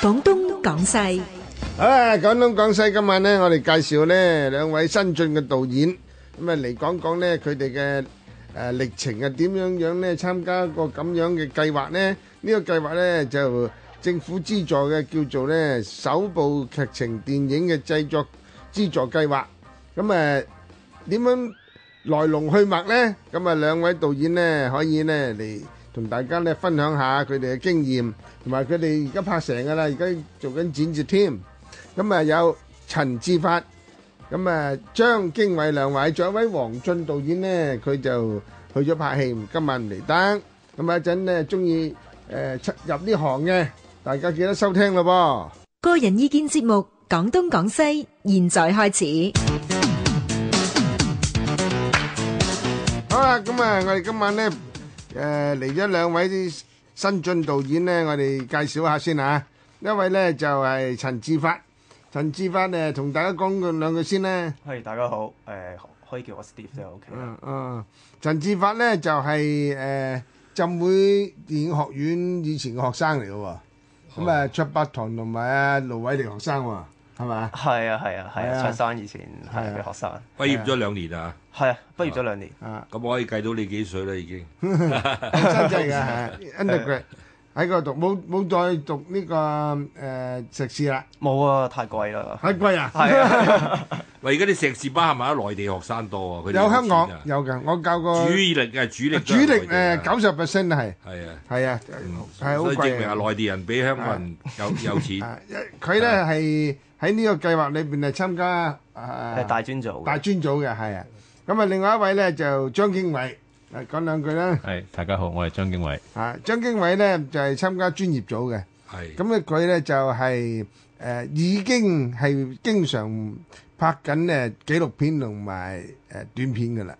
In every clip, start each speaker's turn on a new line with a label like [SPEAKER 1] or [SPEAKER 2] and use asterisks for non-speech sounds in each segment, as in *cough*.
[SPEAKER 1] 廣東廣西
[SPEAKER 2] 啊，廣東廣西今晚咧，我哋介紹咧兩位新晉嘅導演，咁啊嚟講講咧佢哋嘅誒歷程啊，點樣樣咧參加一個咁樣嘅計劃咧？呢個計劃咧就政府資助嘅，叫做咧首部劇情電影嘅製作資助計劃。咁誒點樣來龍去脈咧？咁啊兩位導演咧可以咧嚟。同大家咧分享下佢哋嘅經驗，同埋佢哋而家拍成㗎啦，而家做緊剪接添。咁啊有陳志發，咁啊張經緯兩位，仲有一位黃俊導演咧，佢就去咗拍戲，今晚唔嚟得。咁啊一陣咧中意誒出入呢行嘅，大家記得收聽咯
[SPEAKER 1] 個人意見節目《廣東廣西》，現在開始。
[SPEAKER 2] 噃。好啦，咁啊我哋今晚咧誒嚟咗兩位啲新晉導演咧，我哋介紹下先嚇。一位咧就係陳志發，陳志發誒同大家講佢兩句先咧。
[SPEAKER 3] 係大家好，誒、可以叫我 Steve 就 OK 啦。
[SPEAKER 2] 嗯嗯，陳志發咧就係、誒、浸會電影學院以前嘅學生嚟嘅喎，咁啊卓伯棠同埋啊盧偉力學生喎，係
[SPEAKER 4] *laughs*
[SPEAKER 2] 咪？
[SPEAKER 3] 係啊係啊係
[SPEAKER 2] 係啊
[SPEAKER 3] 啊，卓生以前
[SPEAKER 2] 係
[SPEAKER 3] 係
[SPEAKER 2] 啊
[SPEAKER 3] 嘅學生，
[SPEAKER 4] 畢業咗兩年啊，
[SPEAKER 3] 係啊，畢業咗兩年，
[SPEAKER 2] 啊，
[SPEAKER 4] 咁我可以計到你幾歲啦已經。
[SPEAKER 2] 真
[SPEAKER 4] *laughs*
[SPEAKER 2] 真係㗎，undergrad 喺嗰度讀，冇冇再讀呢、個誒、碩士啦，
[SPEAKER 3] 冇啊，太
[SPEAKER 2] *laughs*
[SPEAKER 3] 貴啦。
[SPEAKER 2] 太貴啊！
[SPEAKER 3] 係啊，
[SPEAKER 4] 喂，而家啲碩士班係咪喺內地學生多啊？佢哋
[SPEAKER 2] 有香港
[SPEAKER 4] 錢啊
[SPEAKER 2] 有㗎，我教過
[SPEAKER 4] 主力嘅主力
[SPEAKER 2] 主力
[SPEAKER 4] 誒
[SPEAKER 2] 誒九十 percent 係
[SPEAKER 4] 係啊，
[SPEAKER 2] 係啊，係好
[SPEAKER 4] 所以證
[SPEAKER 2] 貴
[SPEAKER 4] 明
[SPEAKER 2] 啊
[SPEAKER 4] 係內地人比香港人有有錢。
[SPEAKER 2] 啊！一佢咧係喺呢個計劃裏邊係參加啊
[SPEAKER 3] 係大專做
[SPEAKER 2] 大
[SPEAKER 3] 嘅，
[SPEAKER 2] 專組嘅係啊。咁啊，另外一位咧就張經緯，誒講兩句啦。
[SPEAKER 5] 係，大家好，我係張經緯。
[SPEAKER 2] 啊，張經緯咧就係、參加專業組嘅，
[SPEAKER 4] 係
[SPEAKER 2] 咁咧佢咧就係、誒、已經係經常拍緊誒紀錄片同埋誒短片噶啦，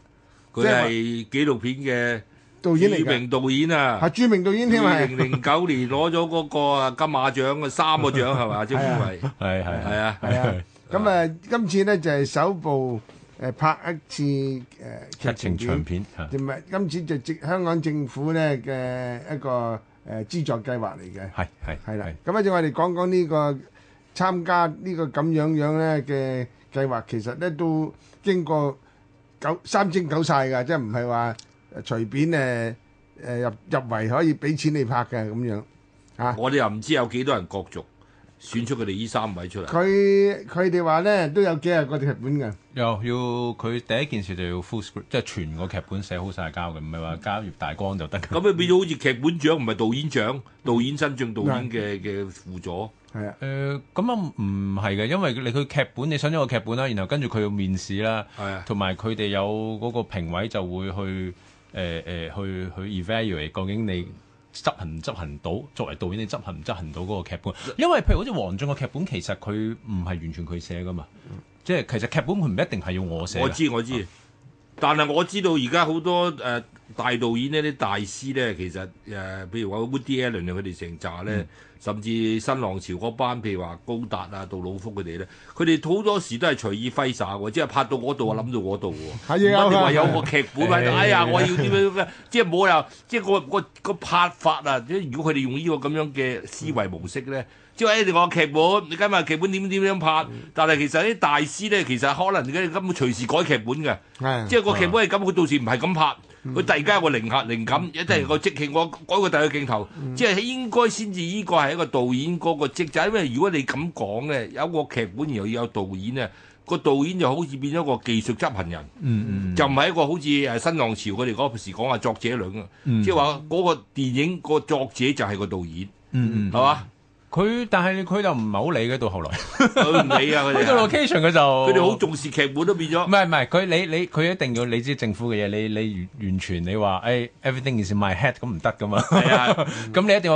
[SPEAKER 4] 佢係紀錄片
[SPEAKER 2] 導演
[SPEAKER 4] 嘅
[SPEAKER 2] 嚟
[SPEAKER 4] 著
[SPEAKER 2] 嘅，
[SPEAKER 4] 名導演
[SPEAKER 2] 係
[SPEAKER 4] 啊。
[SPEAKER 2] 著名導演添
[SPEAKER 4] 二
[SPEAKER 2] 係
[SPEAKER 4] 零零九年攞咗嗰個啊金馬獎嘅三個獎係嘛？張經緯
[SPEAKER 5] 係係
[SPEAKER 4] 係
[SPEAKER 5] 係
[SPEAKER 4] 啊，
[SPEAKER 2] 係啊。咁啊，今次咧就係、首部誒、拍一次誒、
[SPEAKER 5] 劇情長片啊嚇，
[SPEAKER 2] 同埋今次就政香港政府咧嘅一個誒資助計劃嚟嘅，
[SPEAKER 5] 係係
[SPEAKER 2] 係啦。咁跟住我哋講講呢個參加呢個咁樣樣咧嘅計劃，其實咧都經過九三精九晒㗎，即係唔係話隨便誒誒入入圍可以俾錢你拍嘅咁樣。
[SPEAKER 4] 我哋又唔知有幾多人角逐，選出佢哋呢三位出嚟。
[SPEAKER 2] 佢佢哋話咧都有幾廿個劇本嘅，
[SPEAKER 5] 又要佢第一件事就要 full script，即係全個劇本寫好晒交嘅，唔係話交頁大綱就得㗎。
[SPEAKER 4] 咁佢變咗好似劇本獎，唔係導演獎，導演新晉導演嘅嘅輔助。
[SPEAKER 2] 係啊，
[SPEAKER 5] 誒咁啊唔係嘅，因為你佢劇本你想咗個劇本啦，然後跟住佢要面試啦，
[SPEAKER 4] 係啊，
[SPEAKER 5] 同埋佢哋有嗰個評委就會去誒誒、去去 evaluate 究竟你執行唔執行到，作為導演你執行唔執行到嗰個劇本。因為譬如好似黃俊個劇本，其實佢唔係完全佢寫噶嘛，即係其實劇本佢唔一定係要我寫㗎。
[SPEAKER 4] 我知我知，但係我知道而家好多誒、呃大導演呢啲大師咧，其實誒、呃譬如話 Woody Allen 啊佢哋成扎咧，甚至新浪潮嗰班，譬如話高達啊、杜魯福佢哋咧，佢哋好多時都係隨意揮灑喎，即係拍到嗰度啊，諗到嗰度喎，
[SPEAKER 2] 係
[SPEAKER 4] 唔一
[SPEAKER 2] 啊
[SPEAKER 4] 定話
[SPEAKER 2] 有
[SPEAKER 4] 有
[SPEAKER 2] 啊
[SPEAKER 4] 個劇本或者哎呀，我要點樣嘅，即係冇又即係個個個拍法啊！即係如果佢哋用呢個咁樣嘅思維模式咧，即係誒你話劇本，你今日劇本點點樣拍，但係其實啲大師咧，其實可能而家根本隨時改劇本嘅，
[SPEAKER 2] 係
[SPEAKER 4] 即係個劇本係咁，佢到時唔係咁拍。佢突然間有個靈客靈感，一定係個即興，我改個第二個鏡頭，即係應該先至呢個係一個導演嗰個職責，因為如果你咁講咧，有個劇本然後要有導演咧，個導演就好似變咗個技術執行人。
[SPEAKER 5] 嗯嗯嗯
[SPEAKER 4] 就唔係一個好似誒新浪潮佢哋嗰時講話作者論啊，
[SPEAKER 5] 嗯
[SPEAKER 4] 即係話嗰個電影個作者就係個導演，
[SPEAKER 5] 嗯嗯，
[SPEAKER 4] 係嘛？
[SPEAKER 5] 佢但係佢就唔係好理嘅，到後來
[SPEAKER 4] 佢唔理啊，佢
[SPEAKER 5] 去
[SPEAKER 4] 哋啊，
[SPEAKER 5] 到 location 佢就佢
[SPEAKER 4] 佢哋好重視劇本都變
[SPEAKER 5] 唔
[SPEAKER 4] 咗。
[SPEAKER 5] 係唔係，佢你你佢一定要你知政府嘅嘢，你你完完全你話誒、哎 everything is in my head 咁唔得噶嘛，
[SPEAKER 4] 係啊，
[SPEAKER 5] *laughs* 咁你一定要